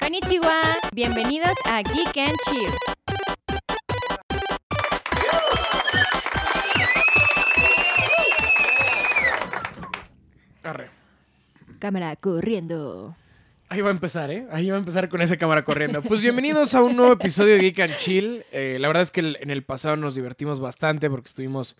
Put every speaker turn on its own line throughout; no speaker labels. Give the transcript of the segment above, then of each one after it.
Konnichiwa. Bienvenidos a Geek and Chill.
Arre.
Cámara corriendo.
Ahí va a empezar, ¿eh? Ahí va a empezar con esa cámara corriendo. Pues bienvenidos a un nuevo episodio de Geek and Chill. Eh, la verdad es que el- en el pasado nos divertimos bastante porque estuvimos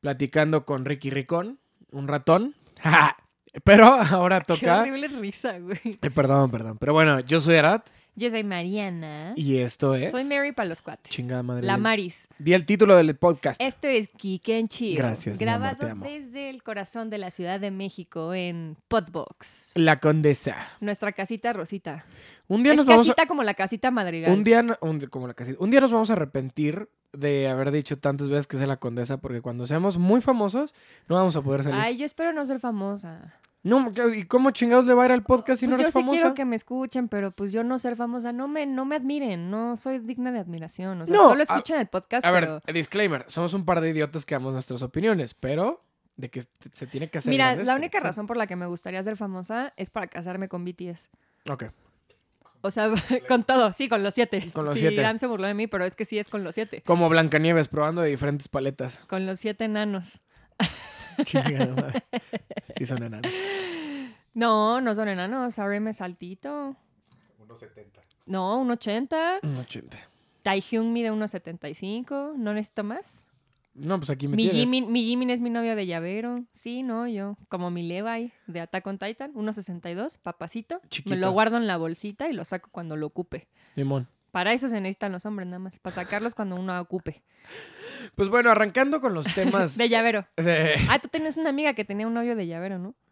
platicando con Ricky Ricón, un ratón. Pero ahora
Qué
toca.
horrible risa, güey.
Eh, perdón, perdón. Pero bueno, yo soy Arad
Yo soy Mariana.
y esto es.
Soy Mary para los cuates.
Chingada madre.
La
di-
Maris.
Di el título del podcast.
Esto es Geek and Chill.
Gracias, mi amor,
Grabado
te amo.
desde el corazón de la Ciudad de México en Podbox.
La Condesa.
Nuestra casita rosita.
Un día
Es
nos vamos a.
casita como la casita madrigal.
Un día, un- como la casita, un día nos vamos a arrepentir de haber dicho tantas veces que es la condesa, porque cuando seamos muy famosos, no vamos a poder salir.
Ay, yo espero no ser famosa.
No, ¿y cómo chingados le va a ir al podcast si
pues
no
yo
eres
sí
famosa?
quiero que me escuchen, pero pues yo no ser famosa, no me, no me admiren, no soy digna de admiración. O sea,
No,
solo
a-
escuchan el podcast,
A
pero.
ver, disclaimer, somos un par de idiotas que damos nuestras opiniones, pero de que se tiene que hacer
Mira,
grande
la
esto,
única
sí.
razón por la que me gustaría ser famosa es para casarme con BTS.
Ok.
O sea, con todo, sí, con los siete.
Con los
sí,
siete.
Ram se burló de mí, pero es que sí es con los siete.
Como Blancanieves probando de diferentes paletas.
Con los siete enanos.
Chingada madre. Sí son enanos.
No, no son enanos. RM es altito.
1.70.
No, un 80.
Un 80.
Taehyung mide 1.75. No necesito más.
No, pues aquí me
Mi
tienes.
Jimin, mi Jimin es mi novio de llavero. Sí, no, yo. Como mi Levi de Attack on Titan, 1.62, papacito.
Chiquito.
Me lo guardo en la bolsita y lo saco cuando lo ocupe.
Limón.
Para eso se necesitan los hombres nada más, para sacarlos cuando uno ocupe.
Pues bueno, arrancando con los temas
De llavero.
de...
Ah, tú tenías una amiga que tenía un novio de llavero, ¿no?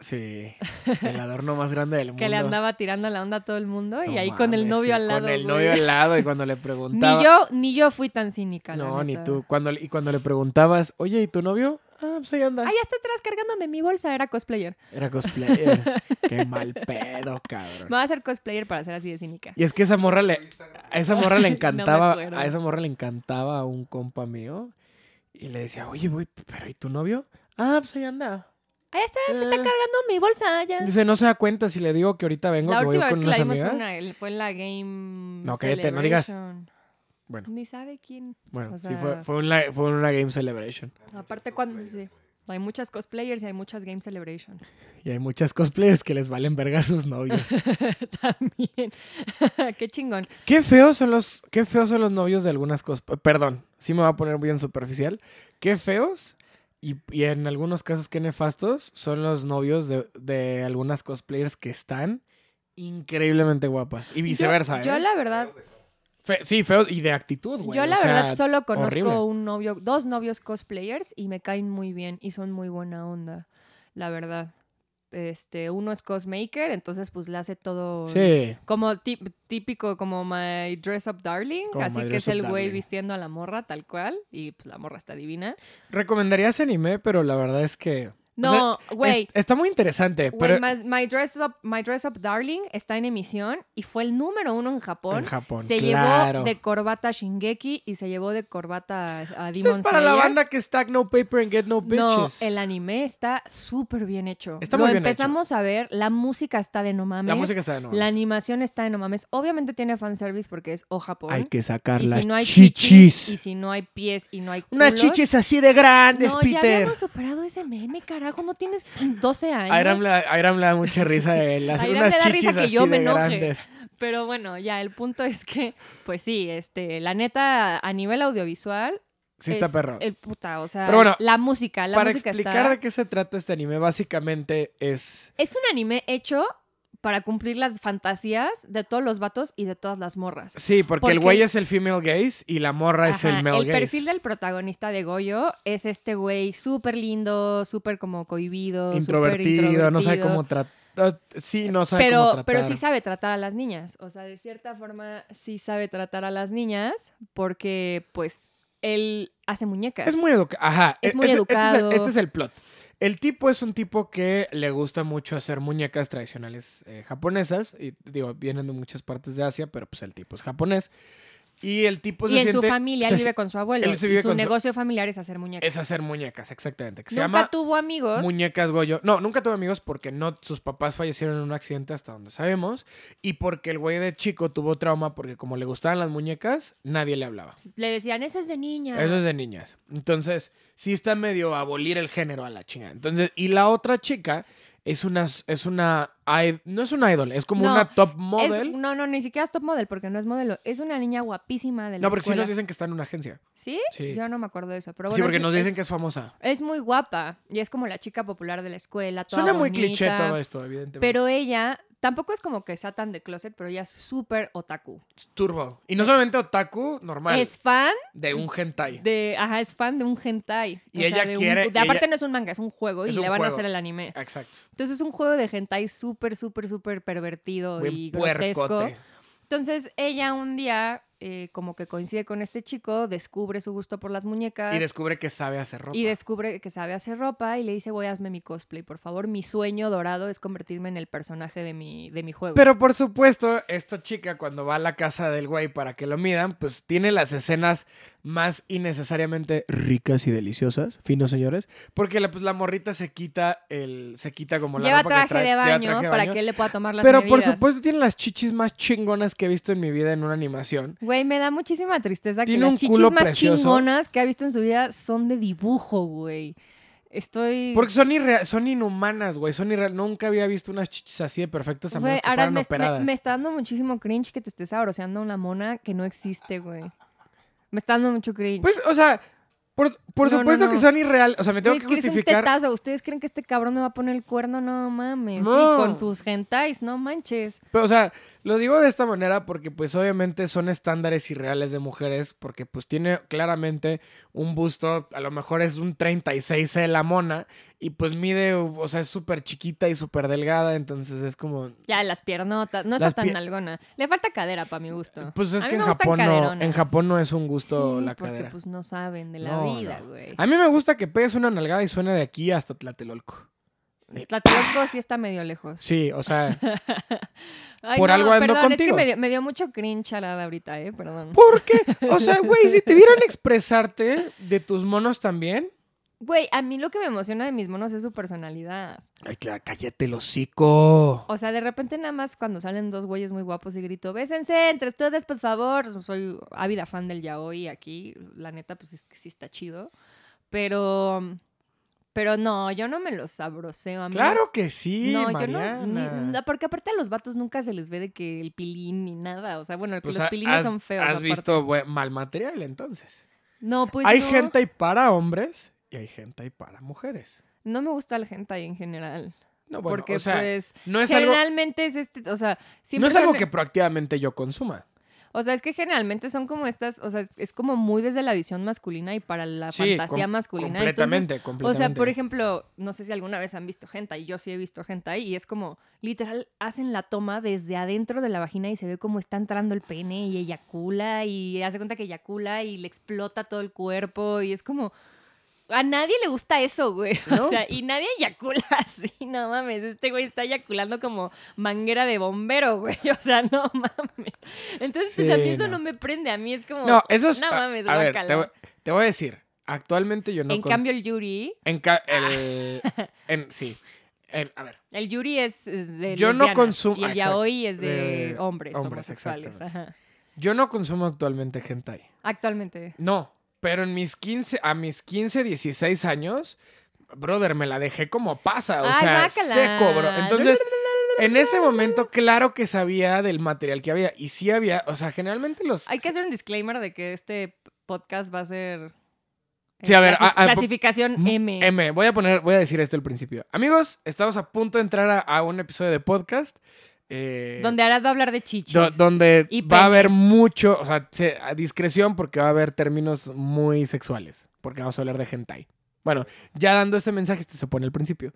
Sí, el adorno más grande del mundo.
Que le andaba tirando la onda a todo el mundo y
No
ahí con el
mames,
novio
sí,
al lado.
Con el
güey.
novio al lado y cuando le preguntaba.
Ni yo, ni yo fui tan cínica. la
No, ni
neta.
tú. Cuando, le- y cuando le preguntabas, oye, ¿y tu novio? Ah, pues ahí anda.
Ah, ya estoy trascargándome mi bolsa, era cosplayer.
Era cosplayer. Qué mal pedo, cabrón.
Me va a hacer cosplayer para ser así de cínica.
Y es que esa morra le, a esa morra le
me
encantaba,
acuerdo.
a esa morra le encantaba a un compa mío y le decía, oye, güey, pero ¿y tu novio? Ah, pues ahí anda.
Ahí está,
me
Eh, pues está cargando mi bolsa ya.
Dice, no se da cuenta si le digo que ahorita vengo,
La
que voy
última vez
con
que la
unas
vimos
amigas.
fue, una- el- fue en la Game.
No, cállate, no digas.
Celebration.
Bueno,
Ni sabe quién.
bueno,
o
sí, fue,
sea-
fue, una, fue una game celebration.
Aparte, cuando. sí, Hay muchas cosplayers y hay muchas Game Celebration.
Y hay muchas cosplayers que les valen verga a sus novios.
También. Qué chingón.
Qué feos son los, qué feos son los novios de algunas cosas. Perdón, sí me va a poner bien superficial. Qué feos y, y en algunos casos qué nefastos son los novios de, de algunas cosplayers que están increíblemente guapas. Y viceversa,
Yo, yo
¿eh?
la verdad.
Fe- sí, feos y de actitud, güey.
yo
o
la
sea,
verdad solo conozco
horrible.
un novio, dos novios cosplayers y me caen muy bien y son muy buena onda, la verdad. Este, uno es cosmaker, entonces pues le hace todo
Sí,
Como tí- típico, como My Dress Up Darling.
Como
así
My
que es
Dress Up
el güey
Darling.
vistiendo a la morra tal cual. Y pues la morra está divina.
recomendaría ese anime, pero la verdad es que...
No, güey.
es- está muy interesante,
güey,
este, eh, pero
mas- my, dress up, my Dress Up Darling está en emisión y fue el número uno en Japón.
en Japón,
se llevó
claro.
de corbata a Shingeki y se llevó de corbata a
Pues
Demon
es para la
Slayer.
banda que stack no paper and get
No,
no bitches.
el anime está súper bien hecho.
Está
Lo
muy bien
empezamos a ver, la música está de no mames.
la música está de nuevo.
la animación está de no mames. Obviamente tiene fanservice porque es o Japón.
Hay que sacar
Y
las
si no hay
chichis.
chichis, y si no hay pies y no hay
Unas
culos.
chichis así de grandes,
No, ya
Peter.
habíamos superado ese meme, carajo. No tienes 12 años.
A Iram le, a Iram le da mucha risa de las
A Iram
unas
le da risa
chichis
que
así
yo me
de
enoje.
grandes.
Pero bueno, ya el punto es que, pues sí, este, la neta, a nivel audiovisual.
Sí está
es
perro.
El puta, o sea,
Pero bueno,
la música, la
Para
música
explicar
está.
de qué se trata este anime, básicamente es
Es un anime hecho para cumplir las fantasías de todos los vatos y de todas las morras.
Sí, porque,
Porque-
el güey es el female gaze y la morra es
Ajá,
el male gaze.
perfil del protagonista de Goyo es este güey súper lindo, súper como cohibido, súper
introvertido, no sabe
introvertido.
cómo tratar. Sí, no sabe cómo
pero,
tratar.
pero sí sabe tratar a las niñas. O sea, de cierta forma sí sabe tratar a las niñas porque, pues, él hace muñecas.
Es muy educado. Ajá.
Es muy
este- Este
educado.
es, el, este es el plot. El tipo es un tipo que le gusta mucho hacer muñecas tradicionales eh, japonesas. Y digo, vienen de muchas partes de Asia, pero pues el tipo es japonés. Y el tipo se
y en
siente...
su familia
se-
él vive con su abuelo.
él se
y
vive
su
con su-
negocio familiar es hacer muñecas.
Es hacer muñecas, exactamente. Que se
Nunca
llama
tuvo amigos.
Muñecas Goyo. No, nunca tuve amigos porque no, sus papás fallecieron en un accidente hasta donde sabemos. Y porque el güey de chico tuvo trauma porque como le gustaban las muñecas, nadie le hablaba.
Le decían, eso es de niña.
Eso es de niñas. Entonces, sí está medio a abolir el género a la chinga. Entonces, y la otra chica es una, es una, id- no es una idol, es como
No,
una top
Es-
model.
no, no, ni siquiera es top model porque no es modelo. Es una niña guapísima de la
No, porque sí
escuela.
nos dicen que está en una agencia.
¿Sí?
Sí.
Yo no me acuerdo de eso. Pero
sí,
bueno,
porque
es,
nos dicen que es famosa.
es muy guapa y es como la chica popular de la escuela. toda
Suena muy
bonita.
cliché todo esto, evidentemente.
Pero ella tampoco es como que sea tan de closet, pero ella es súper otaku.
Turbo. Y no solamente otaku, normal,
Es fan
de un hentai.
de, ajá, es fan de un hentai.
Y ella
de un-
quiere-
de-
y ella-
aparte no es un manga, es un juego
Es
y
un
le van a
juego.
hacer el anime.
Exacto.
Entonces es un juego de hentai súper, súper, súper pervertido y
Buen
grotesco.
puercote.
Entonces ella un día, eh, como que coincide con este chico, descubre su gusto por las muñecas.
Y descubre que sabe hacer ropa.
Y descubre que sabe hacer ropa y le dice, voy, hazme mi cosplay, por favor. Mi sueño dorado es convertirme en el personaje de mi, de mi juego.
Pero por supuesto, esta chica cuando va a la casa del güey para que lo midan, pues tiene las escenas más innecesariamente ricas y deliciosas, finos señores, porque la, pues, la morrita se quita el se quita como la
lleva
ropa
traje,
que trae-
de
lleva
baño
traje de
para
baño.
que él le pueda tomar las
Pero por
medidas.
supuesto tiene las chichis más chingonas que he visto en mi vida en una animación.
Güey, me da muchísima tristeza que
Tiene
las
un
chichis
culo
más
precioso.
chingonas que ha visto en su vida son de dibujo, güey. Estoy...
Porque son irrea- son inhumanas, güey, son irreal. Nunca había visto unas chichis así de perfectas a
Güey,
menos que
ahora
fueran
me, me-
operadas.
me está dando muchísimo cringe que te estés abroceando una mona que no existe, güey. Me está dando mucho cringe.
Pues, o sea, por, por
No, no,
supuesto
no.
que son irreal, o sea, me tengo
Güey,
que
es que eres
justificar.
un tetazo. ¿Ustedes creen que este cabrón me va a poner el cuerno? No mames.
No.
Sí, con sus gentais, no manches.
Pero, o sea, lo digo de esta manera porque, pues, obviamente son estándares irreales de mujeres, porque, pues, tiene claramente un busto, a lo mejor es un 36 de la mona, y, pues, mide, o sea, es súper chiquita y súper delgada, entonces es como...
Ya, las piernotas. No
Las
está tan
pie-
nalgona. Le falta cadera, para mi gusto.
Pues es
A
que
mí
en
me gustan
Japón, no, en
caderonas.
Japón no es un gusto
Sí,
la
porque,
cadera.
pues no saben de la
No,
vida,
no.
güey.
A mí me gusta que pegues una nalgada y suene de aquí hasta Tlatelolco.
Tlatelolco sí está medio lejos.
Sí, o sea,
Ay,
Por
no,
algo ando
perdón, es que
contigo.
me dio, me dio mucho cringe a la ahorita, ¿eh? Perdón.
porque, o sea, güey, si te vieran expresarte de tus monos también...
Güey, a mí lo que me emociona de mis monos es su personalidad.
Ay, claro, cállate el hocico.
O sea, de repente nada más cuando salen dos güeyes muy guapos y grito, bésense entre ustedes, por favor. Soy ávida fan del yaoi aquí. La neta, pues es que sí está chido. Pero... mm, Pero no, yo no me los sabroseo a mí.
Claro
los-
que sí,
No,
Mariana.
yo no, ni- no, Porque aparte a los vatos nunca se les ve de que el pilín ni nada. O sea, bueno, que
Pues,
los
ha-
pilines
has-
son feos.
Has
aparte.
visto bue- mal material entonces.
No, pues
hay
no.
gente para hombres y hay gente para mujeres.
No me gusta la gente ahí en general.
No, bueno,
porque
o sea,
pues
no es algo,
generalmente es este, o sea, siempre
no es algo
son-
que proactivamente yo consuma.
O sea, es que generalmente son como estas, o sea, es, es como muy desde la visión masculina y para la
Sí,
fantasía
com-
masculina. Entonces,
Completamente,
o
completamente.
sea, por ejemplo, no sé si alguna vez han visto hentai, yo sí he visto hentai y es como literal hacen la toma desde adentro de la vagina y se ve cómo está entrando el pene y eyacula y hace cuenta que eyacula y le explota todo el cuerpo y es como a nadie le gusta eso, güey. O
No.
sea, y nadie eyacula así, no mames. Este güey está eyaculando como manguera de bombero, güey. O sea, no mames. Entonces, pues a mí
Sí,
eso no.
no.
me prende. A mí es como.
No, eso es.
No
a-
mames,
a, ver, te,
guácala.
voy- te voy a decir. Actualmente yo no.
en
con-
cambio, el yuri.
en ca- el- en- sí. El- a ver.
El yuri es eh, de.
Yo no
lesbianas,
consumo-
Y el
ah,
yaoi es de,
de
hombres,
hombres,
homosexuales. Ajá.
Yo no consumo actualmente hentai.
Actualmente.
No, pero en mis 15, a mis 15, 16 años, brother, me la dejé como pasa, o
Ay,
sea,
guácala.
seco, bro. Entonces, en ese momento, claro que sabía del material que había, y sí había, o sea, generalmente los...
Hay que hacer un disclaimer de que este podcast va a ser. eh,
Sí, a ver,
clasi-
a- a-
clasificación M.
M, voy a poner, voy a decir esto al principio. Amigos, estamos a punto de entrar a, a un episodio de podcast. eh,
donde Arad va a hablar de chichis.
do- donde
y
va a haber mucho, o sea, se- a discreción porque va a haber términos muy sexuales, porque vamos a hablar de hentai. Bueno, ya dando este mensaje, este se pone al principio.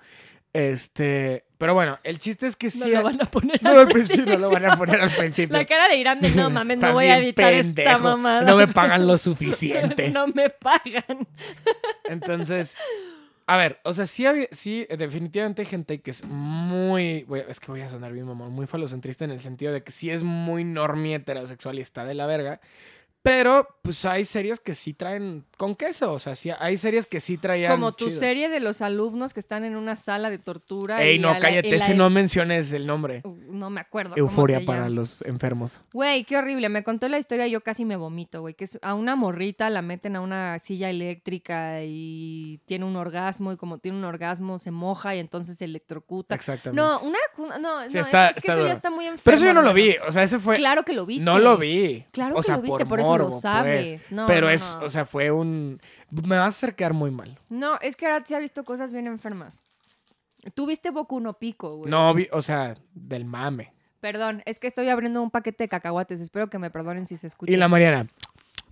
Este, pero bueno, el chiste es que
no
sí.
lo van a poner.
No,
al
al principio no lo van a poner al principio.
La cara de Irán de no mames, no
Estás
voy a
bien
editar esta
pendejo,
mamada.
No me pagan lo suficiente.
no me pagan.
Entonces, a ver, o sea, sí, había- sí, definitivamente hay gente que es muy, voy a- es que voy a sonar bien mamón, muy falocentrista en el sentido de que sí es muy normie heterosexual y está de la verga, Pero, pues hay series que sí traen con queso. O sea, sí, hay series que sí traían.
Como tu
chido.
serie de los alumnos que están en una sala de tortura. y
Ey,
a
no,
la-
cállate,
en la-
ese no menciones el nombre.
No me acuerdo. cómo
Euforia
se
para
llama.
los enfermos.
Güey, qué horrible. Me contó la historia, yo casi me vomito, güey. Que es- a una morrita la meten a una silla eléctrica y tiene un orgasmo y como tiene un orgasmo se moja y entonces se electrocuta.
Exactamente.
No, una... cu- No,
Sí,
no, es,
está-
es que
está
eso
duro.
ya está muy enfermo.
Pero eso yo no lo vi.
hermano.
O sea, ese fue.
Claro que lo viste.
No lo vi.
Claro
o
que
sea,
lo viste, por, eso
morbo,
lo
pues.
sabes. No,
Pero
no,
es,
no.
o sea, fue un. Me vas a acercar muy mal.
No, es que ahora sí ha visto cosas bien enfermas. Tú viste Boku no Pico, güey.
No, vi- o sea, del mame.
Perdón, es que estoy abriendo un paquete de cacahuates. Espero que me perdonen si se escucha.
Y la Mariana.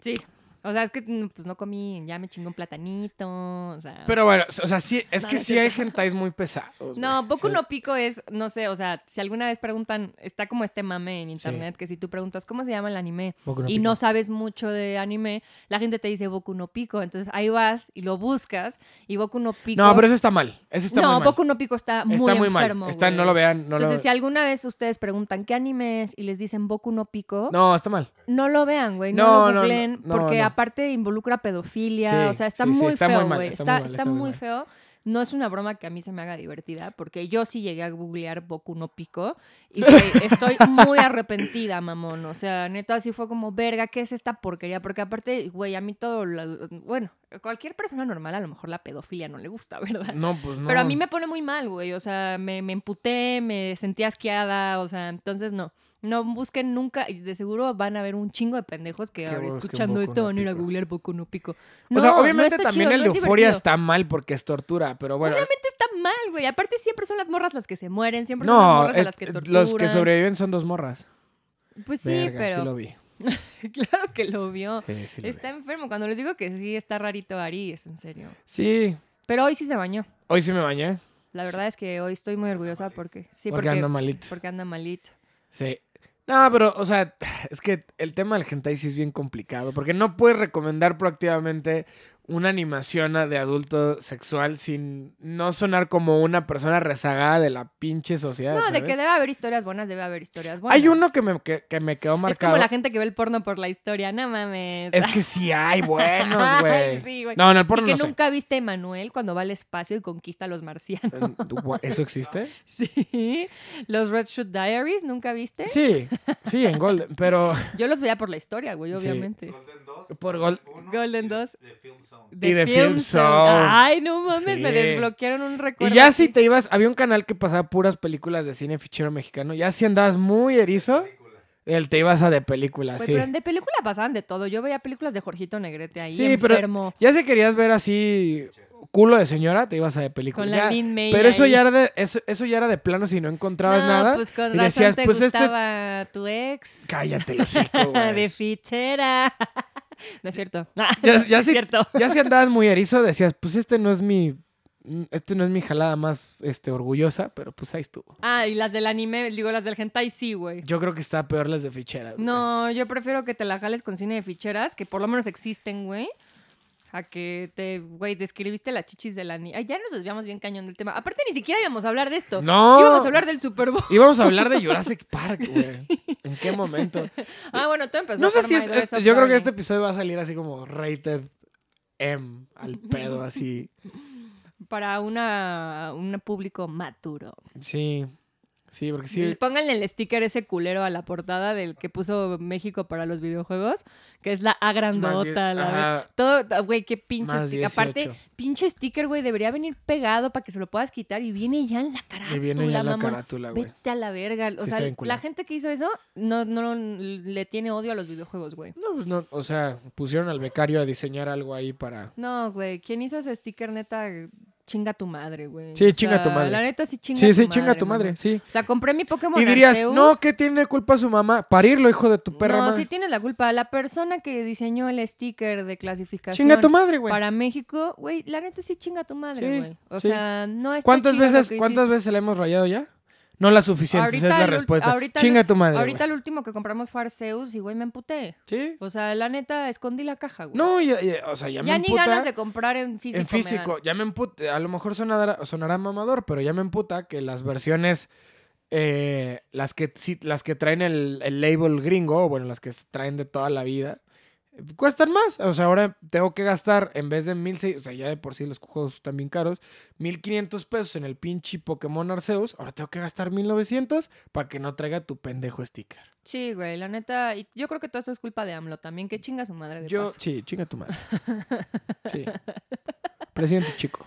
Sí. O sea, es que mm, pues no comí, ya me chingó un platanito, o sea...
Pero bueno, o sea, sí,
Ah.
es
No,
que
no es
sí hay
cierto.
gentais muy pesados.
No,
güey.
Boku
Sí.
no Pico es, no sé, o sea, si alguna vez preguntan, está como este mame en internet que si tú preguntas cómo se llama el anime
Boku no
y
Pico.
no sabes mucho de anime, la gente te dice Boku no Pico, entonces ahí vas y lo buscas y Boku no Pico...
No, pero eso está mal. Eso está
no,
muy mal.
Boku no Pico está muy
está muy
enfermo.
mal. Está,
güey.
no lo vean, no
Entonces,
lo
si alguna vez ustedes preguntan qué anime es y les dicen Boku no Pico, no,
No, está mal.
lo vean, güey.
No,
No,
no, no,
lo googleen,
no,
porque
no.
aparte involucra pedofilia.
Sí,
o sea, está
sí, sí,
muy
está muy
feo,
mal,
güey.
está
Está,
muy mal,
está
está muy
muy
mal.
feo. No es una broma que a mí se me haga divertida, porque yo sí llegué a googlear Boku no Pico y güey, estoy muy arrepentida, mamón. O sea, neta, así fue como, verga, ¿qué es esta porquería? Porque aparte, güey, a mí todo, la- bueno, a cualquier persona normal a lo mejor la pedofilia no le gusta, ¿verdad?
No, pues no.
Pero a mí me pone muy mal, güey. O sea, me, me emputé, me sentí asqueada. O sea, entonces no. No busquen nunca. y De seguro van a ver un chingo de pendejos que
Que
ahora
busquen
escuchando
Boku
esto
no
van a ir a
Pico.
googlear Boku no Pico.
O
No,
sea,
no
obviamente
está
también
chido,
el
no
de
es
Euforia
divertido.
está mal porque es tortura, pero bueno.
Obviamente está mal, güey. Aparte siempre son las morras las que se mueren. Siempre son las
no,
morras a
es- eh,
las que torturan.
los que sobreviven son dos morras.
Pues sí,
Verga, sí
pero
lo vi.
claro que lo vio.
Sí, sí lo vi.
Está enfermo. Cuando les digo que sí, está rarito Ari, es en serio.
Sí,
Pero hoy sí se bañó.
hoy sí me bañé.
La verdad es que hoy estoy muy orgullosa porque... Sí,
porque,
porque,
ando malito.
porque anda malito.
Sí. No, pero, o sea, es que el tema del hentai sí es bien complicado. Porque no puedes recomendar proactivamente una animación a- de adulto sexual sin no sonar como una persona rezagada de la pinche sociedad.
No, de
¿sabes?
que debe haber historias buenas, debe haber historias buenas.
Hay uno que me, que, que me quedó
Es
marcado.
como la gente que ve el porno por la historia, no mames.
Es que sí hay buenos,
Ay,
güey.
sí, güey.
No, no, el
Así
porno
que
no sé.
nunca viste a Emanuel cuando va al espacio y conquista a los marcianos.
Gua- ¿Eso existe?
Sí. Los Red Shoot Diaries, ¿nunca viste?
Sí, sí, en Golden, pero...
Yo los veía por la historia, güey,
Sí.
obviamente.
Golden 2.
Por gol-
uno,
Golden
y de-
2.
De Film Zone.
The
Y de Film
Zone.
Zone.
Ay, no mames,
Sí.
me desbloquearon un
Y
recuerdo.
ya
así.
si te ibas, había un canal que pasaba puras películas de cine fichero mexicano, ya si andabas muy erizo,
Película.
el te ibas a de película,
Güey,
sí.
pero de película pasaban de todo. Yo veía películas de Jorgito Negrete ahí,
Sí, pero-
enfermo,
Ya si querías ver así culo de señora, te ibas a de película.
con
Ya-
la Lin May.
pero eso
ahí.
ya, era de, eso, eso ya era de plano si no encontrabas
no,
nada.
Pues con
y
razón
decías,
te
pues este-
gustaba tu ex. Ah,
Cállate, los hocico, güey.
de fichera. No es cierto. No,
Ya-
no
ya
es
sí-
cierto.
Ya si andabas muy erizo, decías, pues este no es mi... Este no es mi jalada más este, orgullosa, pero pues ahí estuvo.
Ah, y las del anime, digo, las del hentai sí, güey.
Yo creo que está peor las de ficheras. güey.
No, yo prefiero que te la jales con cine de ficheras, que por lo menos existen, güey. A que te, güey, describiste las chichis del anime. Ay, ya nos desviamos bien cañón del tema. Aparte, ni siquiera íbamos a hablar de esto.
No.
Íbamos a hablar del Super Bowl.
Íbamos a hablar de Jurassic Park, güey. ¿En qué momento?
Ah, bueno, todo empezó
No sé
por
si
My
es-
Dress
es-
Up
yo creo que
Darling.
este episodio va a salir así como rated M al pedo, así. este
Para una, un público maduro.
Sí. Sí, porque
Y
sí.
Pónganle el sticker ese culero a la portada del que puso México para los videojuegos, que es la A
Más die-
grandota. la-
ajá,
Todo, güey, qué pinche
Más
sticker. Aparte,
18.
pinche sticker, güey, debería venir pegado para que se lo puedas quitar y viene ya en la carátula,
y viene ya la
mamón.
carátula, güey.
Vete a la verga. O
Sí, está
sea,
bien culero.
la gente que hizo eso no, no le tiene odio a los videojuegos, güey.
No, pues no, o sea, pusieron al becario a diseñar algo ahí para.
No, güey, ¿quién hizo ese sticker neta? Chinga tu madre, güey.
Sí, chinga tu madre.
La neta sí chinga
Sí,
tu
sí,
madre.
chinga tu madre,
mamón.
sí.
O sea, compré mi Pokémon
Y dirías,
Arceus.
no, ¿qué tiene culpa su mamá? Parirlo, hijo de tu perra.
no,
madre.
sí tienes la culpa. La persona que diseñó el sticker de clasificación
Chinga tu madre, güey.
para México, güey, la neta sí chinga tu
Sí,
madre, güey. o
sí.
sea, no está
¿Cuántas
chido lo
veces,
que
cuántas
hiciste.
veces la hemos rayado ya? No las suficientes, esa es
Ahorita
la
el ul-
respuesta.
ahorita el
Chinga
ul-
tu madre.
Ahorita
güey.
el último que compramos fue Arceus y, güey, me emputé.
Sí.
O sea, la neta, escondí la caja, güey.
No, ya, ya, o sea, ya,
ya
me
ni
emputa
ganas de comprar en físico.
en
me
físico. Ya me emputa, a lo mejor sonará, sonará mamador, pero ya me emputa que las versiones, eh, las, que, sí- las que traen el, el label gringo, o bueno, las que traen de toda la vida, cuestan más. O sea, ahora tengo que gastar en vez de 1600, o sea, ya de por sí los juegos están bien caros, 1500 pesos en el pinche Pokémon Arceus. Ahora tengo que gastar 1900 para que no traiga tu pendejo sticker.
Sí, güey, la neta. y yo creo que todo esto es culpa de AMLO también. Que chinga su madre de
Yo,
paso.
sí, chinga tu madre. Sí. Presidente chico,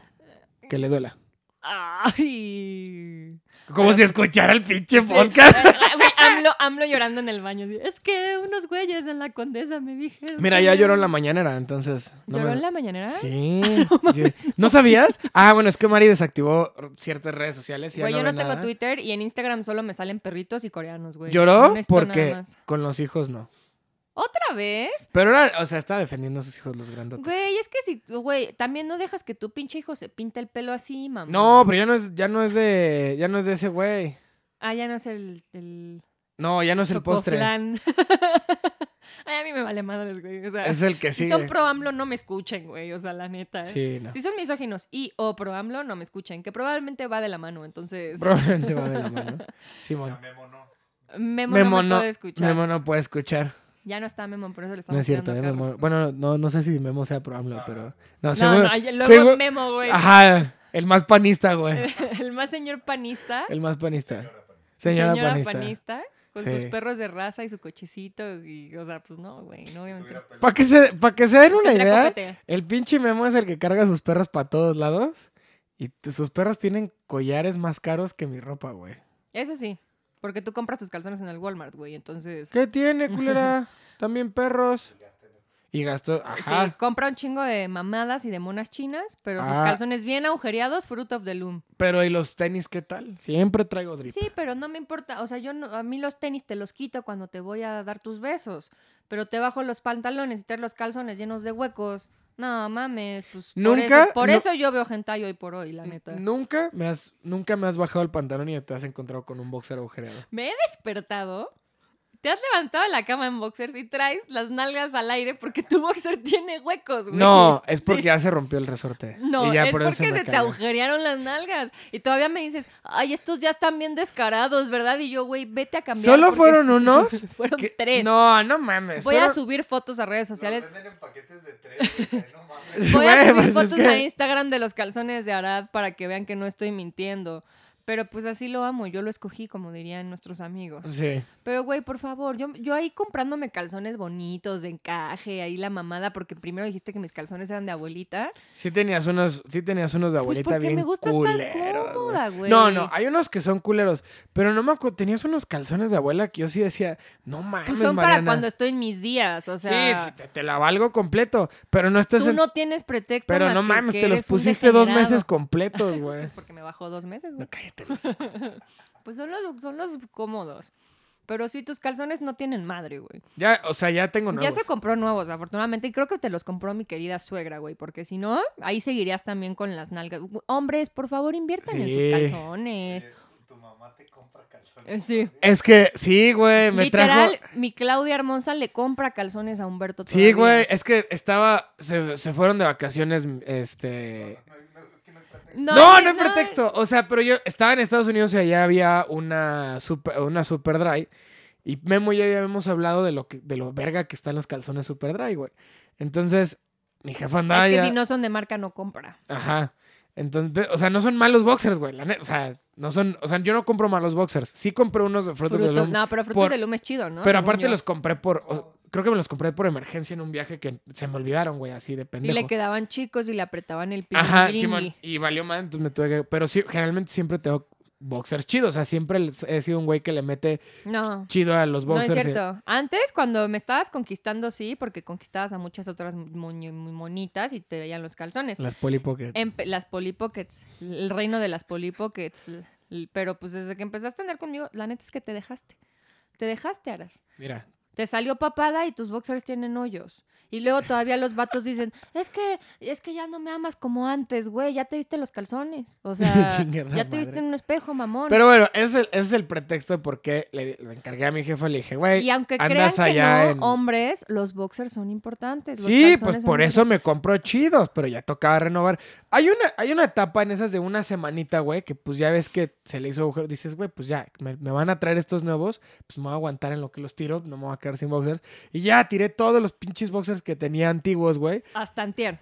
que le duela.
Ay.
Como si escuchara el pinche
Sí.
podcast.
Ah, güey, AMLO, AMLO llorando en el baño. así, Es que unos güeyes en la condesa me dijeron.
Mira, ya lloró en la mañanera, entonces. no
¿Lloró
me-
en la mañanera?
Sí. yo- ¿No sabías? Ah, bueno, es que Mari desactivó ciertas redes sociales. y ya
Güey, yo
ve
no tengo
nada.
Twitter y en Instagram solo me salen perritos y coreanos, güey.
Lloró
Con esto nada
porque
más.
con los hijos no.
¿Otra vez?
Pero era, o sea, estaba defendiendo a sus hijos los grandotes.
Güey, es que si, güey, también no dejas que tu pinche hijo se pinte el pelo así, mamá.
No, pero ya no es, ya no es de. Ya no es de ese güey. Ah,
Ah, ya no es el... el...
No, ya no es el postre.
chocoflan. Ay, a mí me vale madres, güey. O sea,
Es el que
si
sigue.
son pro AMLO, no me escuchen, güey. O sea, la neta. ¿eh?
Sí, no.
Si son misóginos y o pro AMLO, no me escuchen. Que probablemente va de la mano, entonces...
Probablemente va de la mano.
O sea,
Simón.
Memo no.
Memo, no
Memo
me
no-
puede escuchar.
Memo no puede escuchar.
Ya no está Memo, por eso le estamos
No es cierto, eh,
tirando carro.
Memo. Bueno, no, no sé si Memo sea pro AMLO,
No.
pero. No,
No,
seguro.
no, ya- luego
seguro-
Memo, güey.
Ajá, el más panista, güey.
El más señor panista.
El más panista.
Señora Panista.
Señora, panista.
Con
Sí.
sus perros de raza y su cochecito. Y, o sea, pues no, güey. No,
Si
obviamente.
tuviera
no.
pelo,
Para que, se, pa' que se den una
Tendría
idea,
copete.
el pinche Memo es el que carga a sus perros para todos lados. Y t- sus perros tienen collares más caros que mi ropa, güey.
Eso sí. Porque tú compras tus calzones en el Walmart, güey. Entonces.
¿Qué tiene, culera? También perros. Y gastó. Ajá.
Sí, compra un chingo de mamadas y de monas chinas, pero sus
Ah.
calzones bien agujereados, fruit of the loom.
Pero ¿y los tenis qué tal? Siempre traigo drip.
Sí, pero no me importa. O sea, yo no- a mí los tenis te los quito cuando te voy a dar tus besos, pero te bajo los pantalones y te los calzones llenos de huecos. No mames, pues por
Nunca,
eso- Por eso,
no-
yo veo hentai hoy por hoy, la neta.
Nunca me has, nunca me has bajado el pantalón y te has encontrado con un boxer agujereado.
Me he despertado. Te has levantado de la cama en boxers y traes las nalgas al aire porque tu boxer tiene huecos, güey.
No, es porque
Sí.
ya se rompió el resorte.
No,
Y ya
es
por eso
porque
me
se te
caga.
agujerearon las nalgas. Y todavía me dices, ay, estos ya están bien descarados, ¿verdad? Y yo, güey, vete a cambiar.
¿Solo
porque
fueron unos?
fueron
¿Qué?
tres.
No, no mames.
Voy a
fueron-
subir fotos a redes sociales.
Los venden en paquetes de tres, güey, no mames.
Voy a
Güey,
subir
pues es
fotos
que-
a Instagram de los calzones de Arad para que vean que no estoy mintiendo. Pero pues así lo amo, yo lo escogí, como dirían nuestros amigos.
Sí.
Pero, güey, por favor, yo, yo ahí comprándome calzones bonitos, de encaje, ahí la mamada, porque primero dijiste que mis calzones eran de abuelita.
Sí tenías unos, sí tenías unos de
Pues
abuelita
porque
bien
me gustas
culeros,
tan
güey.
cómoda, güey.
No, no, hay unos que son culeros, pero no me acuerdo, tenías unos calzones de abuela que yo sí decía, Ah, no mames,
Pues son para
Mariana.
cuando estoy en mis días, o sea.
Sí, sí, te, te la valgo completo, pero no estás
Tú
en-
no tienes pretexto.
Pero
más
no
que
mames,
que
te los
eres un
pusiste dos
degenerado.
meses completos, güey.
Pues porque me bajó dos meses,
No,
güey.
cállate. Luis.
Pues son los, son los cómodos. Pero sí, tus calzones no tienen madre, güey.
Ya, o sea, ya tengo nuevos.
Ya se compró nuevos, afortunadamente. Y creo que te los compró mi querida suegra, güey. Porque si no, ahí seguirías también con las nalgas. Gu- Hombres, por favor, inviertan en sus
Sí.
calzones.
Eh, Tu mamá te compra
Eh,
calzones.
sí.
Es que sí, güey, Eh, me
Literal,
trajo
mi Claudia Hermosa le compra calzones a Humberto
Sí,
todavía.
güey, es que estaba se, se fueron de vacaciones este
No, no, es que no hay pretexto.
No,
No, no,
güey,
hay pretexto. O sea, pero yo estaba en Estados Unidos y allá había una super, una super dry. Y Memo y yo ya habíamos hablado de lo que, de lo verga que están los calzones super dry, güey. Entonces, mi jefa andaba
Es que
ya-
si no son de marca, no compra.
Ajá. Entonces, ve- o sea, no son malos boxers, güey. La neta, o sea, no son, o sea, yo no compro malos boxers. Sí compré unos de Fruit of the
Fruto-
Loom,
no, pero fruto
por-
de Lume es chido, ¿no?
pero
Según
aparte
yo.
los compré por, o- creo que me los compré por emergencia en un viaje que se me olvidaron, güey, así de
Y
pendejo.
le quedaban chicos y le apretaban el pie.
Ajá, Simón. Y valió mal, entonces me tuve que. Pero sí, generalmente siempre tengo boxers chidos. O sea, siempre les- he sido un güey que le mete
No,
chido a los
no es
boxers. y-
cierto. Antes, cuando me estabas conquistando, sí, porque conquistabas a muchas otras muy, muy monitas y te veían los calzones.
Las Polly Pocket.
Empe- las polipockets, el reino de las polipockets. l- l- Pero pues desde que empezaste a andar conmigo, la neta es que te dejaste. Te dejaste, Aras.
Mira.
Te salió papada y tus boxers tienen hoyos. Y luego todavía los vatos dicen, es que, es que ya no me amas como antes, güey, ya te viste los calzones. O sea,
Chingada
ya te viste
madre.
en un espejo, mamón.
Pero bueno, ese es el, ese es el pretexto por qué le, le encargué a mi jefa. Le dije, güey.
y aunque crean
andas
que
allá
no,
en-
hombres, los boxers son importantes. los
Sí,
calzones
pues
son
por
muy-
eso me compro chidos, pero ya tocaba renovar. Hay una, hay una etapa en esas de una semanita, güey, que pues ya ves que se le hizo agujero. Dices, güey, pues ya, me, me van a traer estos nuevos, pues me voy a aguantar en lo que los tiro, no me voy a quedar sin boxers. Y ya tiré todos los pinches boxers que tenía antiguos, güey.
Hasta antier.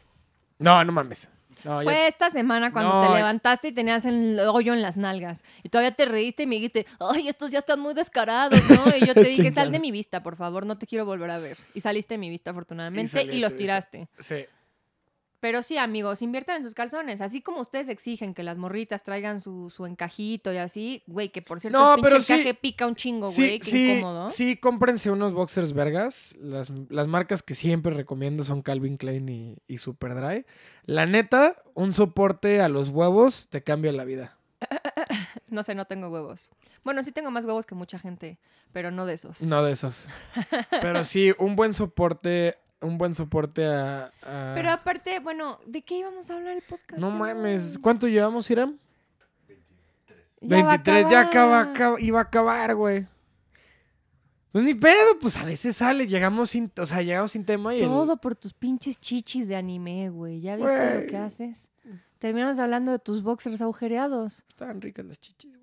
No, no mames. No, ya-
Fue esta semana cuando
No,
te
ya-
levantaste y tenías el hoyo en las nalgas. Y todavía te reíste y me dijiste, ay, estos ya están muy descarados, ¿no? Y yo te dije, sal
Chingada.
de mi vista, por favor, no te quiero volver a ver. Y saliste de mi vista, afortunadamente,
salí
y,
de
los
tu vista.
tiraste.
Sí.
Pero sí, amigos, inviertan en sus calzones. Así como ustedes exigen que las morritas traigan su, su encajito y así, güey, que por cierto, el
No,
pinche
pero sí-
encaje pica un chingo, güey, qué incómodo.
sí, cómprense unos boxers vergas. Las, las marcas que siempre recomiendo son Calvin Klein y, y Superdry. La neta, un soporte a los huevos te cambia la vida.
No sé, no tengo huevos. Bueno, sí tengo más huevos que mucha gente, pero no de esos.
No de esos. Pero sí, un buen soporte, un buen soporte a... a-
Pero aparte, bueno, ¿de qué íbamos a hablar el podcast?
no
cabrón?
mames, ¿cuánto llevamos, Iram?
23.
Ya va a
23, ya acaba,
acabar.
acaba- iba a acabar, güey. Pues ni pedo, pues a veces sale, llegamos sin, o sea, llegamos sin tema y el-
Todo por tus pinches chichis de anime, güey. ¿Ya viste lo que
Güey.
haces? Terminamos hablando de tus boxers agujereados.
estaban ricas las chichis.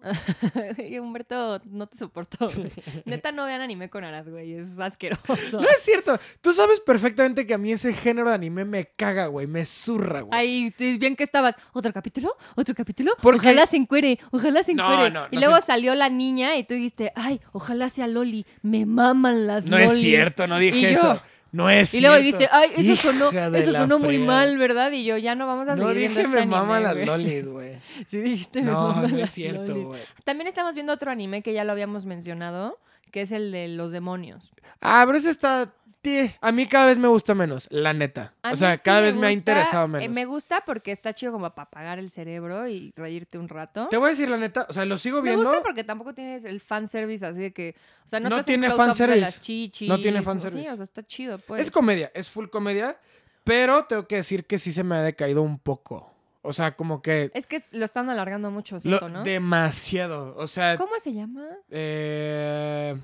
güey.
Y Humberto, no te soportó. güey. Neta, no vean anime con Arad, güey. Es asqueroso.
No es cierto. Tú sabes perfectamente que a mí ese género de anime me caga, güey. Me zurra, güey.
Ay, te- bien que estabas. ¿Otro capítulo? ¿Otro capítulo?
Porque-
Ojalá se encuere, ojalá se
No,
encuere.
no,
y
no
luego
se-
salió la niña y tú dijiste, ay, ojalá sea Loli. Me maman las
no es
lolis".
cierto, no
Y yo,
dije eso. No es
Y luego
cierto.
dijiste, ay, eso sonó,
Hija de
eso
la
sonó muy
fregada.
mal, ¿verdad? Y yo, ya no vamos a
No
seguir viendo
dije
este
me
anime,
mama las
güey".
lolis, güey.
Sí, dijiste, me
No,
maman
no es
las
cierto,
lolis.
güey.
También estamos viendo otro anime que ya lo habíamos mencionado, que es el de los demonios.
Ah, pero ese está... ti- A mí cada vez me gusta menos, la neta.
A
O
mí
sea,
sí
cada vez me ha
gusta,
interesado
eh,
menos.
me gusta porque está chido como para apagar el cerebro y reírte un rato.
Te voy a decir la neta, o sea, lo sigo
Me
viendo.
gusta porque tampoco tienes el fanservice así de que. O sea, no,
No
te hacen
tiene
close-ups de
fanservice.
las chichis.
No tiene
o- Sí,
fanservice.
o sea, está chido, pues.
Es comedia, es full comedia, pero tengo que decir que sí se me ha decaído un poco. O sea, como que...
Es que lo están alargando mucho,
lo-
siento, ¿no?
Demasiado. O sea,
¿Cómo se llama?
eh,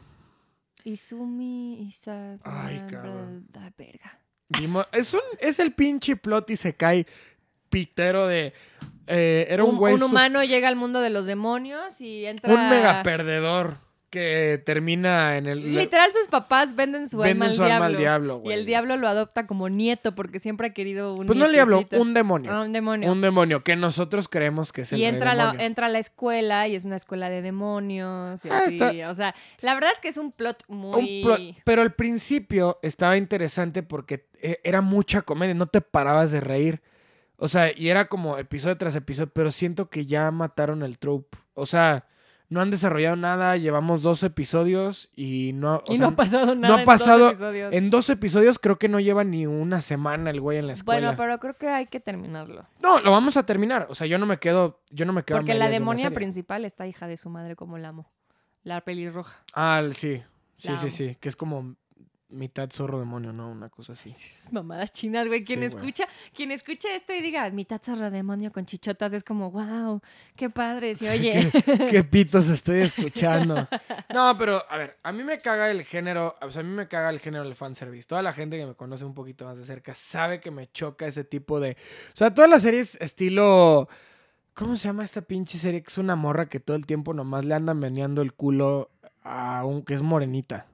Izumi Isa.
Ay,
bla, bla,
cabrón.
bla, verga.
Dimo- es, un, es el pinche plot y se cae pitero de... eh, era un güey... su-
humano llega al mundo de los demonios y entra.
un mega perdedor que termina en el...
Literal, sus papás venden su, alma,
venden
al
su
diablo,
alma al diablo,
Y
güey.
el diablo lo adopta como nieto porque siempre ha querido un
Pues no el diablo,
nietecito.
un demonio.
Ah, un demonio.
Un demonio que nosotros creemos que es el
y
rey
entra a, la,
demonio.
entra a la escuela y es una escuela de demonios y
Ah,
así.
está-
O sea, la verdad es que es un plot
Un
muy...
plo- pero al principio estaba interesante porque eh, era mucha comedia, no te parabas de reír. O sea, y era como episodio tras episodio, pero siento que ya mataron el trope. O sea, no han desarrollado nada, llevamos dos episodios y no... o
y
sea,
no ha pasado nada. en
ha
dos
pasado
episodios.
en dos episodios creo que no lleva ni una semana el güey en la escuela.
Bueno, pero creo que hay que terminarlo.
No, lo vamos a terminar. O sea, yo no me quedo, yo no me quedo. a
Porque la
medias de una
demonia
serie.
principal está hija de su madre como la amo. La pelirroja.
Ah, sí. Sí,
La
sí,
amo.
sí. Que es como mitad zorro demonio, ¿no? Una cosa así.
Es Mamadas chinas, güey. Quien
Sí, güey.
escucha, quien escucha esto y diga, mitad zorro demonio con chichotas, es como, wow, qué padre. Sí, oye,
¿Qué pitos estoy escuchando? No, pero a ver, a mí me caga el género, o sea, a mí me caga el género del fanservice. Toda la gente que me conoce un poquito más de cerca sabe que me choca ese tipo de... O sea, todas las series estilo... ¿Cómo se llama esta pinche serie? Que es una morra que todo el tiempo nomás le andan meneando el culo a un que es morenita.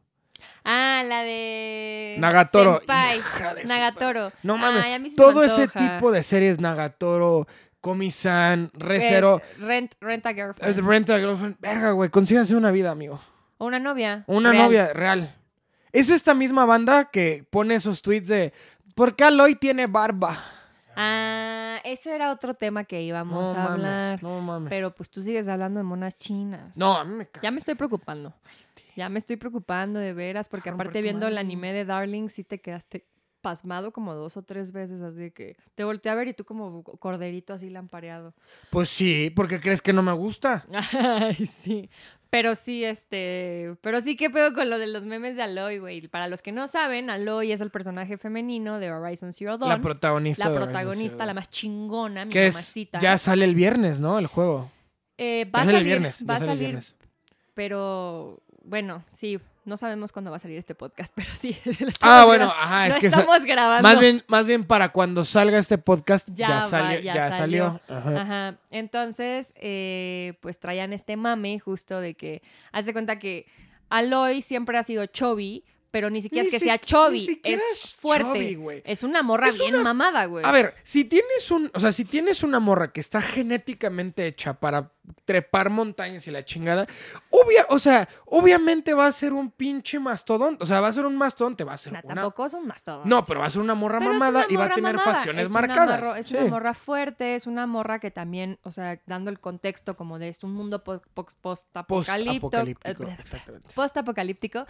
ah, la de...
Nagatoro.
Senpai.
Hija de su-
Nagatoro.
No mames.
Ay, a mí sí se me
Todo ese
antoja.
tipo de series, Nagatoro, Komi-san,
Es
Recero,
Rent, rent a
eh,
girlfriend.
Rent a Girlfriend. Verga, güey, consíganse una vida, amigo.
O una novia.
Una
real.
novia real. Es esta misma banda que pone esos tweets de ¿Por qué Aloy tiene barba?
Ah, eso era otro tema que íbamos
no
a hablar.
mames, no mames.
Pero pues tú sigues hablando de monas chinas.
No, a mí me caga.
Ya me estoy preocupando. Ya me estoy preocupando de veras, porque
Romper
aparte
tu
viendo el
madre.
anime de Darling, sí te quedaste pasmado como dos o tres veces, así de que te volteé a ver y tú como corderito así lampareado.
Pues sí, porque crees que no me gusta.
Ay, sí. Pero sí, este. Pero sí, qué pedo con lo de los memes de Aloy, güey. Para los que no saben, Aloy es el personaje femenino de Horizon Zero Dawn.
la protagonista.
la
de
protagonista, la
Orange
más
is the
chingona,
New
mi
Black. Que es,
mamacita.
ya sale el viernes, ¿no? El juego.
Eh, va
Ya
a salir,
sale el viernes.
va
ya
a
sale el
salir,
viernes.
pero bueno, sí, no sabemos cuándo va a salir este podcast, pero sí. lo estamos
Ah, bueno,
gra-
ajá,
lo
es que sa-
estamos grabando.
más, bien, más bien para cuando salga este podcast
Ya
ya,
va,
salió.
ya
Ya, salió. Ajá.
Ajá. Entonces, eh, pues traían este mame justo de que, haz de cuenta que Aloy siempre ha sido chubby, pero ni siquiera
Ni
es que
si-
sea chubby,
ni siquiera
es, fuerte.
chubby, güey.
es una morra
Es
bien
una-
mamada, güey.
A ver, si tienes un, o sea, si tienes una morra que está genéticamente hecha para trepar montañas y la chingada, obvia, o sea, obviamente va a ser un pinche mastodonte, o sea, va a ser un mastodonte, va a ser
Nah,
una
tampoco es un mastodonte.
No, pero va a ser una morra
Pero es
mamada
una
y va a
morra
tener
mamada.
facciones
Es una
marcadas.
morra- es
Sí.
una morra fuerte, es una morra que también, o sea, dando el contexto como de es un mundo post, post, apocalíptico,
Post-apocalíptico, exactamente.
apocalíptico, eh,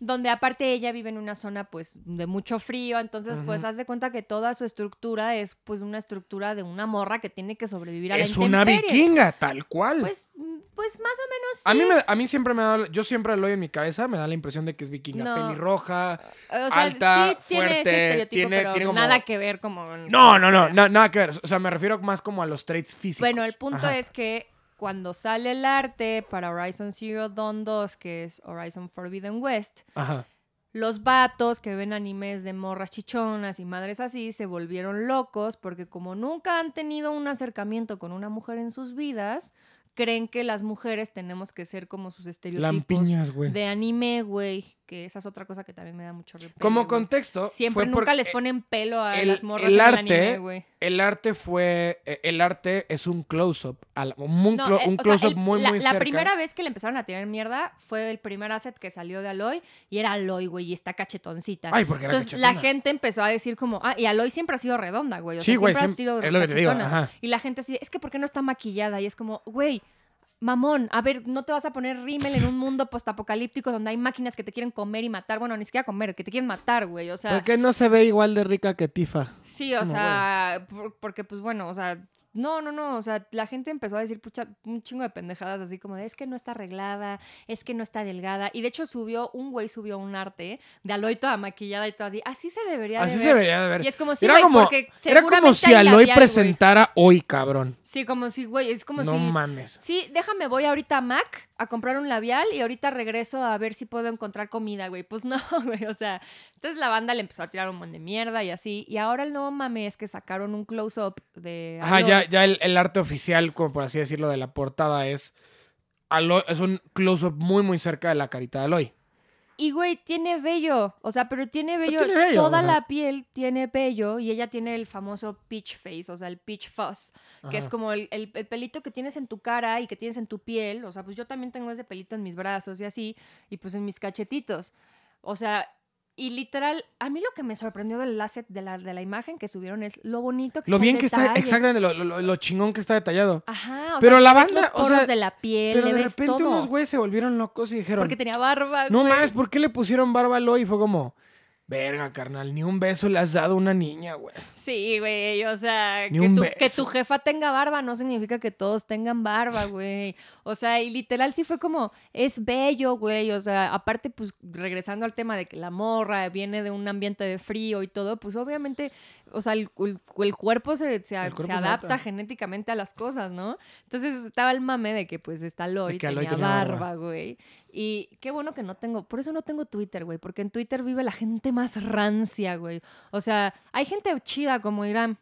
donde aparte ella vive en una zona pues de mucho frío, entonces pues
Ujú.
haz de cuenta que toda su estructura es pues una estructura de una morra que tiene que sobrevivir a la
Es una
intemperie.
vikinga, tal cual.
Pues, mm, pues más o menos sí.
a, mí me- a mí siempre me da, yo siempre lo oigo en mi cabeza, me da la impresión de que es vikinga,
No.
pelirroja.
O sea,
alta,
sí tiene ese
fuerte,
estereotipo,
tiene-
pero
tiene como-
nada que ver como...
No, no, no, na- nada que ver. O sea, me refiero más como a los traits físicos.
Bueno, el punto
Ajá.
es que cuando sale el arte para Horizon Zero Dawn 2, que es Horizon Forbidden West,
Ajá.
los vatos que ven animes de morras chichonas y madres así se volvieron locos porque como nunca han tenido un acercamiento con una mujer en sus vidas, creen que las mujeres tenemos que ser como sus estereotipos
Lampiñas, güey.
de anime, güey, que esa es otra cosa que también me da mucho repele,
Como
güey.
contexto,
Siempre
fue
nunca
porque
les ponen pelo a
el-
las morras
el
en
arte-
anime, güey.
e-, el arte fue, eh, el arte es un close-up, a la- un,
No,
clo-
eh,
un
o sea,
close-up
el-
muy,
la,
muy
la
cerca.
primera vez que le empezaron a tirar mierda fue el primer asset que salió de Aloy y era Aloy, güey, y está cachetoncita.
Ay, porque era
Entonces la
cachetona.
gente empezó a decir como, ah, y Aloy siempre ha sido redonda, güey. o sea,
Sí, güey,
siempre ha
siem-
sido
es lo que te digo,
cachetona.
ajá.
Y la gente así, es que ¿por qué no está maquillada? Y es como, güey, mamón, a ver, no te vas a poner rímel en un mundo postapocalíptico donde hay máquinas que te quieren comer y matar. Bueno, ni siquiera comer, que te quieren matar, güey. O sea,
¿Por qué no se ve igual de rica que Tifa?
Sí, o
Como,
sea, por- porque pues bueno, o sea, no, no, no, o sea, la gente empezó a decir pucha, un chingo de pendejadas así como de es que no está arreglada, es que no está delgada. Y de hecho subió, un güey subió un arte de Aloy toda maquillada y todo así. Así se debería
Así
de
se
ver.
debería de ver.
Y es como si,
era,
güey,
como,
porque
era como
seguramente
si
hay
Aloy
labial, güey.
presentara hoy, cabrón.
Sí, como si, güey, es como
no
si...
mames.
Sí, déjame, voy ahorita a Mac a comprar un labial y ahorita regreso a ver si puedo encontrar comida, güey. Pues no, güey, o sea, entonces la banda le empezó a tirar un montón de mierda y así. Y ahora el nuevo mame es que sacaron un close-up de...
Ajá,
Aloy.
ya, ya el, el arte oficial, como por así decirlo, de la portada es. Aloy- es un close-up muy, muy cerca de la carita de Aloy.
Y, güey, tiene vello, o sea, pero tiene vello,
tiene vello,
toda
o sea.
la piel tiene vello y ella tiene el famoso peach face, o sea, el peach fuzz, que es
Ajá.
como el, el- el pelito que tienes en tu cara y que tienes en tu piel, o sea, pues yo también tengo ese pelito en mis brazos y así, y pues en mis cachetitos, o sea, y literal, a mí lo que me sorprendió del asset de la, de la imagen que subieron es lo bonito que
Lo
está
bien
el
que está,
detalle.
exactamente, lo, lo- lo chingón que está detallado.
Ajá, o
Pero
sea,
la
le ves
banda,
los
o sea,
poros de la piel,
Pero
le
de
ves
repente
todo,
unos güeyes se volvieron locos y dijeron:
porque tenía barba,
No
güey.
mames, ¿por qué le pusieron barba a Aloy? Y fue como: Verga, carnal, ni un beso le has dado a una niña, güey.
Sí, güey, o sea,
Ni
que
un
tu,
beso.
que tu jefa tenga barba no significa que todos tengan barba, güey. O sea, y literal sí fue como, es bello, güey. O sea, aparte, pues regresando al tema de que la morra viene de un ambiente de frío y todo, pues obviamente, o sea, el, el- el cuerpo se, se-
El cuerpo
se
se
adapta
adapta.
genéticamente a las cosas, ¿no? Entonces estaba el mame de que pues está Lloyd,
De que Aloy
tenía,
tenía barba.
barba, güey. Y qué bueno que no tengo, por eso no tengo Twitter, güey, porque en Twitter vive la gente más rancia, güey. O sea, hay gente chida como Irán.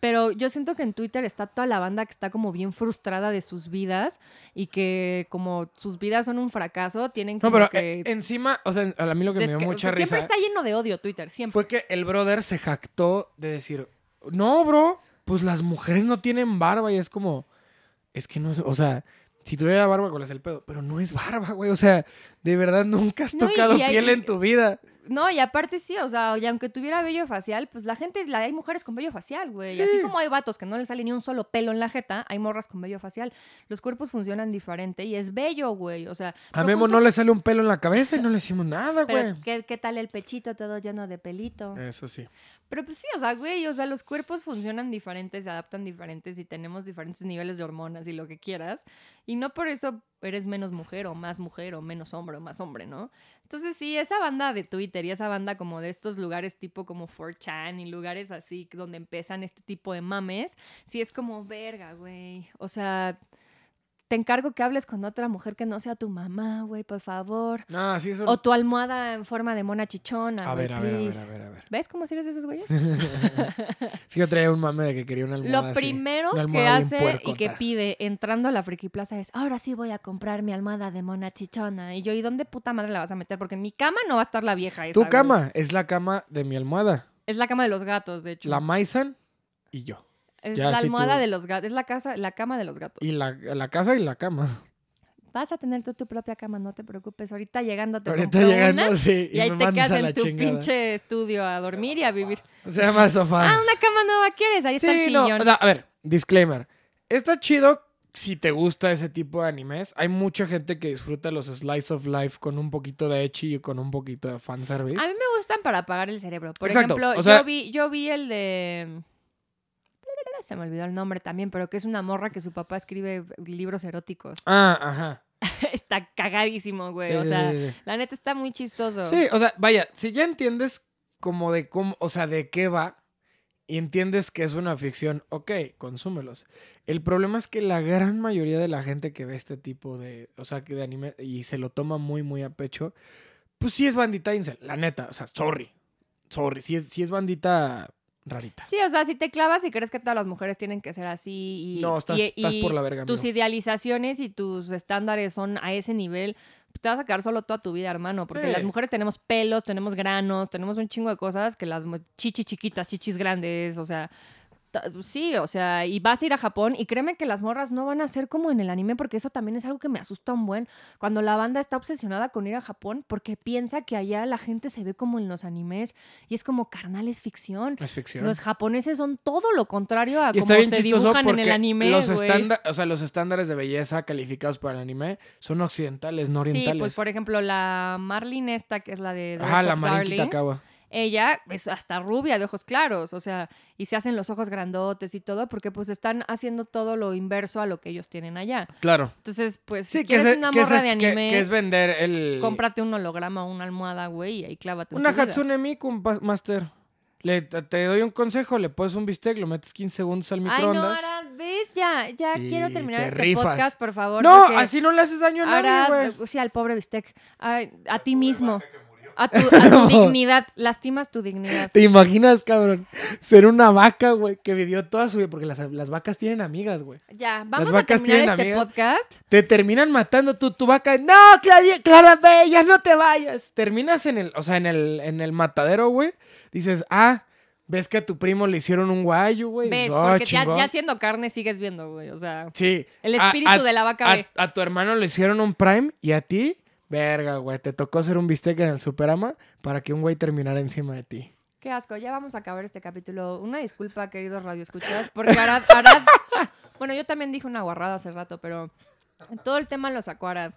Pero yo siento que en Twitter está toda la banda que está como bien frustrada de sus vidas y que como sus vidas son un fracaso, tienen
No,
como
pero
que...
eh, encima, o sea, a mí lo que me dio
desca- o
mucha
sea,
risa.
Siempre está lleno de odio Twitter, siempre.
fue que el brother se jactó de decir, no, bro, pues las mujeres no tienen barba y es como, es que no, es- o sea, si tuviera barba, ¿cuál es el pedo? Pero no es barba, güey, o sea, de verdad nunca has
No, y-
tocado
y hay-
piel en tu vida.
No, y aparte sí, o sea, y aunque tuviera vello facial, pues la gente, la, hay mujeres con vello facial, güey. Así
Sí.
como hay vatos que no les sale ni un solo pelo en la jeta, hay morras con vello facial. Los cuerpos funcionan diferente y es bello, güey. O sea,
A
lo
Memo
junto-
no le sale un pelo en la cabeza y no le hicimos nada, güey.
Pero, ¿qué, ¿qué tal el pechito todo lleno de pelito?
Eso sí.
Pero pues sí, o sea, güey, o sea, los cuerpos funcionan diferentes, se adaptan diferentes y tenemos diferentes niveles de hormonas y lo que quieras. Y no por eso eres menos mujer o más mujer o menos hombre o más hombre, ¿no? Entonces sí, esa banda de Twitter y esa banda como de estos lugares tipo como 4chan y lugares así donde empiezan este tipo de mames, sí es como verga, güey. O sea, te encargo que hables con otra mujer que no sea tu mamá, güey, por favor.
No, sí, eso.
O tu almohada en forma de mona chichona,
a
güey,
ver, a ver, a ver,
please.
a ver, a ver.
¿Ves cómo si eres de esos güeyes?
Sí, yo traía un mame de que quería una almohada.
Lo
así.
primero
Una
que
almohada bien
hace y que
puercota.
pide entrando a la Friki Plaza es, ahora sí voy a comprar mi almohada de mona chichona. Y yo, ¿y dónde puta madre la vas a meter? Porque en mi cama no va a estar la vieja esa.
Tu
güey.
cama es la cama de mi almohada.
Es la cama de los gatos, de hecho.
La Maisan y yo.
es
ya,
la
sí,
almohada
tú-
de los gatos. Es la, casa, la cama de los gatos.
Y la, la casa y la cama.
Vas a tener tú tu propia cama, no te preocupes. Ahorita llegando te
Ahorita
compro
llegando,
una
sí.
y, ahí
me
te
mandas
quedas
a
en
la
tu
chingada.
pinche estudio a dormir y a vivir.
Se llama el
Ah,
sofá.
una cama nueva quieres, ahí está el
sí, no.
sillón.
O sea, a ver, disclaimer. Está chido si te gusta ese tipo de animes. Hay mucha gente que disfruta los slice of life con un poquito de echi y con un poquito de fanservice.
A mí me gustan para apagar el cerebro. Por
Exacto,
ejemplo,
o sea-
yo, vi, yo vi el de... Se me olvidó el nombre también, pero que es una morra que su papá escribe libros eróticos.
Ah, ajá.
está cagadísimo, güey.
Sí,
o
sí,
sea,
sí, sí.
la neta está muy chistoso.
Sí, o sea, vaya, si ya entiendes como de cómo, o sea, de qué va y entiendes que es una ficción, ok, consúmelos. El problema es que la gran mayoría de la gente que ve este tipo de, o sea, que de anime y se lo toma muy, muy a pecho, pues sí es bandita incel, la neta, o sea, sorry, sorry, sí es, sí es bandita rarita.
Sí, o sea, si te clavas y crees que todas las mujeres tienen que ser así y,
No, estás-
y-
estás
y
por la verga,
tus
amigo.
idealizaciones y tus estándares son a ese nivel, pues, te vas a quedar solo toda tu vida, hermano, porque
Sí.
las mujeres tenemos pelos, tenemos granos, tenemos un chingo de cosas que las mu- chichis chiquitas, chichis grandes, o sea, ta- sí, o sea, y vas a ir a Japón y créeme que las morras no van a ser como en el anime porque eso también es algo que me asusta un buen cuando la banda está obsesionada con ir a Japón porque piensa que allá la gente se ve como en los animes y es como carnal es ficción.
Es ficción.
Los japoneses son todo lo contrario a
y
como
está bien
se
chistoso
dibujan
porque
en el anime,
los,
güey.
estánda- o sea, los estándares de belleza calificados para el anime son occidentales, no orientales.
Sí, pues por ejemplo, la Marlin esta, que es la de Dress
Ajá, la
Up
Marin
Darling,
Kitakawa.
ella es hasta rubia, de ojos claros, o sea, y se hacen los ojos grandotes y todo, porque pues están haciendo todo lo inverso a lo que ellos tienen allá.
Claro.
Entonces, pues,
Sí,
si
que es,
quieres una
que es
morra de
este- que-
anime,
que es vender el...
cómprate un holograma o una almohada, güey, y ahí clávate en
Una
tu vida.
Hatsune Miku, un pas- Master. Le, te te doy un consejo, le pones un bistec, lo metes 15 segundos al
Ay, no,
microondas.
ahora, ¿ves? Ya, ya
Y
quiero terminar
te
este
rifas.
podcast, por favor.
no,
porque-
así no le haces daño a nadie,
Ahora,
güey.
sí, al pobre bistec. A, a ti
Pobre
mismo.
vaca que murió.
A tu, a tu
No.
dignidad. Lastimas tu dignidad.
¿Te imaginas, cabrón? Ser una vaca, güey, que vivió toda su vida. Porque las, las vacas tienen amigas, güey.
Ya, vamos a
vacas
terminar
tienen
este
amigas.
podcast.
Te terminan matando tú, tu vaca. No, Claudia, Clara Bella, no te vayas. Terminas en el, o sea, en el, en el matadero, güey. Dices, ah, ves que a tu primo le hicieron un guayo, güey.
¿Ves?
Dices, "Ah,
Porque ya,
chingón".
ya siendo carne sigues viendo, güey. O sea,
Sí.
el
A-
espíritu
a-
de la vaca
a,
ve.
a tu hermano le hicieron un Prime y a ti, verga, güey. Te tocó hacer un bistec en el Superama para que un güey terminara encima de ti.
Qué asco. Ya vamos a acabar este capítulo. Una disculpa, queridos radioescuchas, porque Arad... Arad bueno, yo también dije una guarrada hace rato, pero todo el tema lo sacó Arad.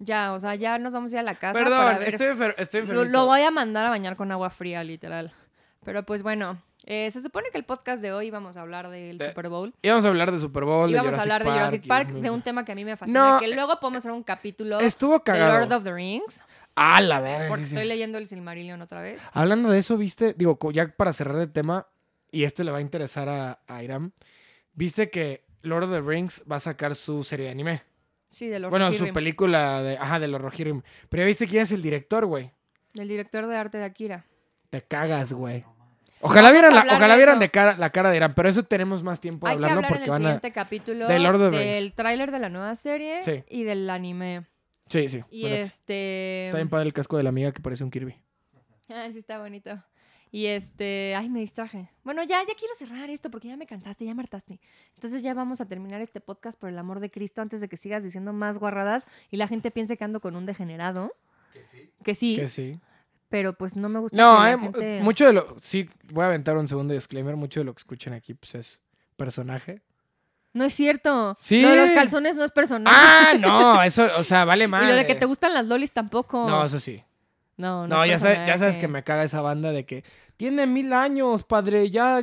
Ya, o sea, ya nos vamos a ir a la casa para
Perdón,
ver...
estoy, enfer- estoy
Lo,
enfermito.
lo voy a mandar a bañar con agua fría, literal. Pero pues bueno, eh, se supone que el podcast de hoy íbamos a hablar del
De-
Super Bowl.
Íbamos a hablar de Super Bowl,
Y
de
vamos a
Jurassic
hablar de
Park,
Jurassic
y-
Park, de un tema que a mí me fascina,
No.
que luego podemos hacer un capítulo
Estuvo
de
cagado.
Lord of the Rings,
Ah, la verga.
porque
sí, sí.
estoy leyendo el Silmarillion otra vez.
Hablando de eso, viste, digo, co- ya para cerrar el tema, y este le va a interesar a, a Iram, viste que Lord of the Rings va a sacar su serie de anime.
Sí, de los
bueno, su
Rohirrim,
película de, ajá, de los Rohirrim. Pero ya viste quién es el director, güey.
del director de arte de Akira.
Te cagas, güey. Ojalá vieran,
a
la,
hablar
ojalá
de
vieran
eso.
de cara, la cara de Irán, pero eso tenemos más tiempo de
Hay que
hablarlo
hablar en
porque
el
van a...
siguiente capítulo
de Lord of the Rings.
del tráiler de la nueva serie
Sí.
y del anime.
Sí, sí.
Y
espérate.
este...
Está bien padre el casco de la amiga que parece un Kirby.
Ah, sí, está bonito. Y este, ay, me distraje. Bueno, ya, ya quiero cerrar esto porque ya me cansaste, ya me hartaste. Entonces ya vamos a terminar este podcast por el amor de Cristo antes de que sigas diciendo más guarradas y la gente piense que ando con un degenerado.
Que sí.
Que sí,
Que sí.
pero pues no me gusta.
No,
que la
eh, mu-
gente-
mucho de lo... Sí, voy a aventar un segundo disclaimer. Mucho de lo que escuchen aquí, pues es personaje.
No es cierto.
Sí.
Lo de los calzones no es personal.
Ah, no, eso, o sea, vale más.
y lo de que te gustan las lolis tampoco.
No, eso sí.
no,
No,
no es
ya, sabes, ya sabes
personaje.
que me caga esa banda de que tiene mil años, padre, ya,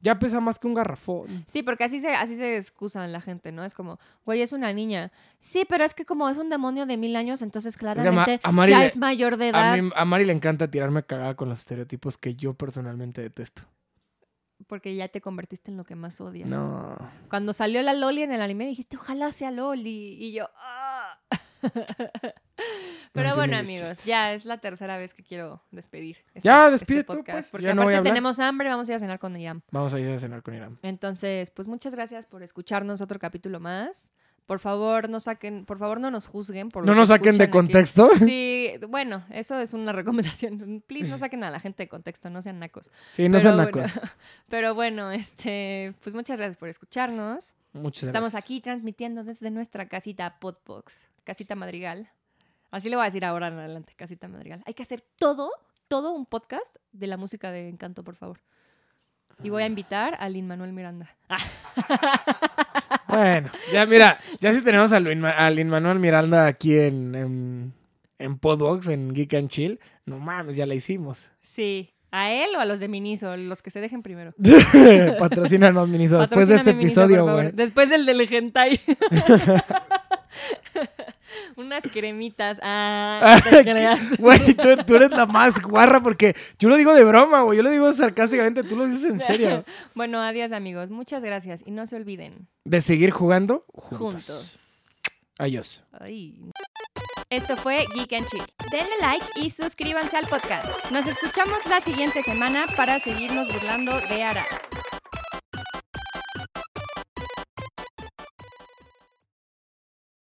ya pesa más que un garrafón.
Sí, porque así se, así se excusan la gente, ¿no? Es como, güey, es una niña. Sí, pero es que como es un demonio de mil años, entonces claramente
a Mari
ya
le-
es mayor de edad.
A, mí, a Mari le encanta tirarme cagada con los estereotipos que yo personalmente detesto.
porque ya te convertiste en lo que más odias.
No.
Cuando salió la Loli en el anime dijiste, ojalá sea Loli. Y yo, "Ah". Pero
entiendo
bueno,
mis
amigos,
chistes.
ya es la tercera vez que quiero despedir. este-
Ya,
este
despide tú,
podcast,
pues,
Porque
ya no voy a
aparte
hablar.
tenemos hambre, vamos a ir a cenar con Iram.
Vamos a ir a cenar con Irán.
Entonces, pues muchas gracias por escucharnos otro capítulo más. Por favor, no saquen, por favor, no nos juzguen. Por lo
No
que
nos saquen de
escuchan aquí.
contexto.
Sí, bueno, eso es una recomendación. Please, no saquen a la gente de contexto, no sean nacos.
Sí, no
Pero
sean
bueno,
nacos.
Pero bueno, este, pues muchas gracias por escucharnos.
Muchas
Estamos
gracias.
aquí transmitiendo desde nuestra casita Podbox, casita Madrigal. Así le voy a decir ahora en adelante, casita Madrigal. Hay que hacer todo, todo un podcast de la música de Encanto, por favor. Y
Ah.
voy a invitar a Lin Manuel Miranda. Ah,
Bueno, ya mira, ya sí tenemos a Luin, Ma- a Lin Manuel Miranda aquí en, en, en Podbox, en Geek and Chill. No mames, ya la hicimos.
Sí, a él o a los de Miniso, los que se dejen primero.
Patrocínanos, Miniso, después de este
Patrocíname, Miniso, por
episodio,
favor.
güey.
Después del del hentai. Unas cremitas. Ah, no te creas.
Güey, tú, tú eres la más guarra porque yo lo digo de broma, güey. Yo lo digo sarcásticamente, tú lo dices en serio.
bueno, adiós amigos. Muchas gracias y no se olviden.
De seguir jugando juntos.
Juntos.
Adiós.
Ay. Esto fue Geek and Chill. Denle like y suscríbanse al podcast. Nos escuchamos la siguiente semana para seguirnos burlando de Ara.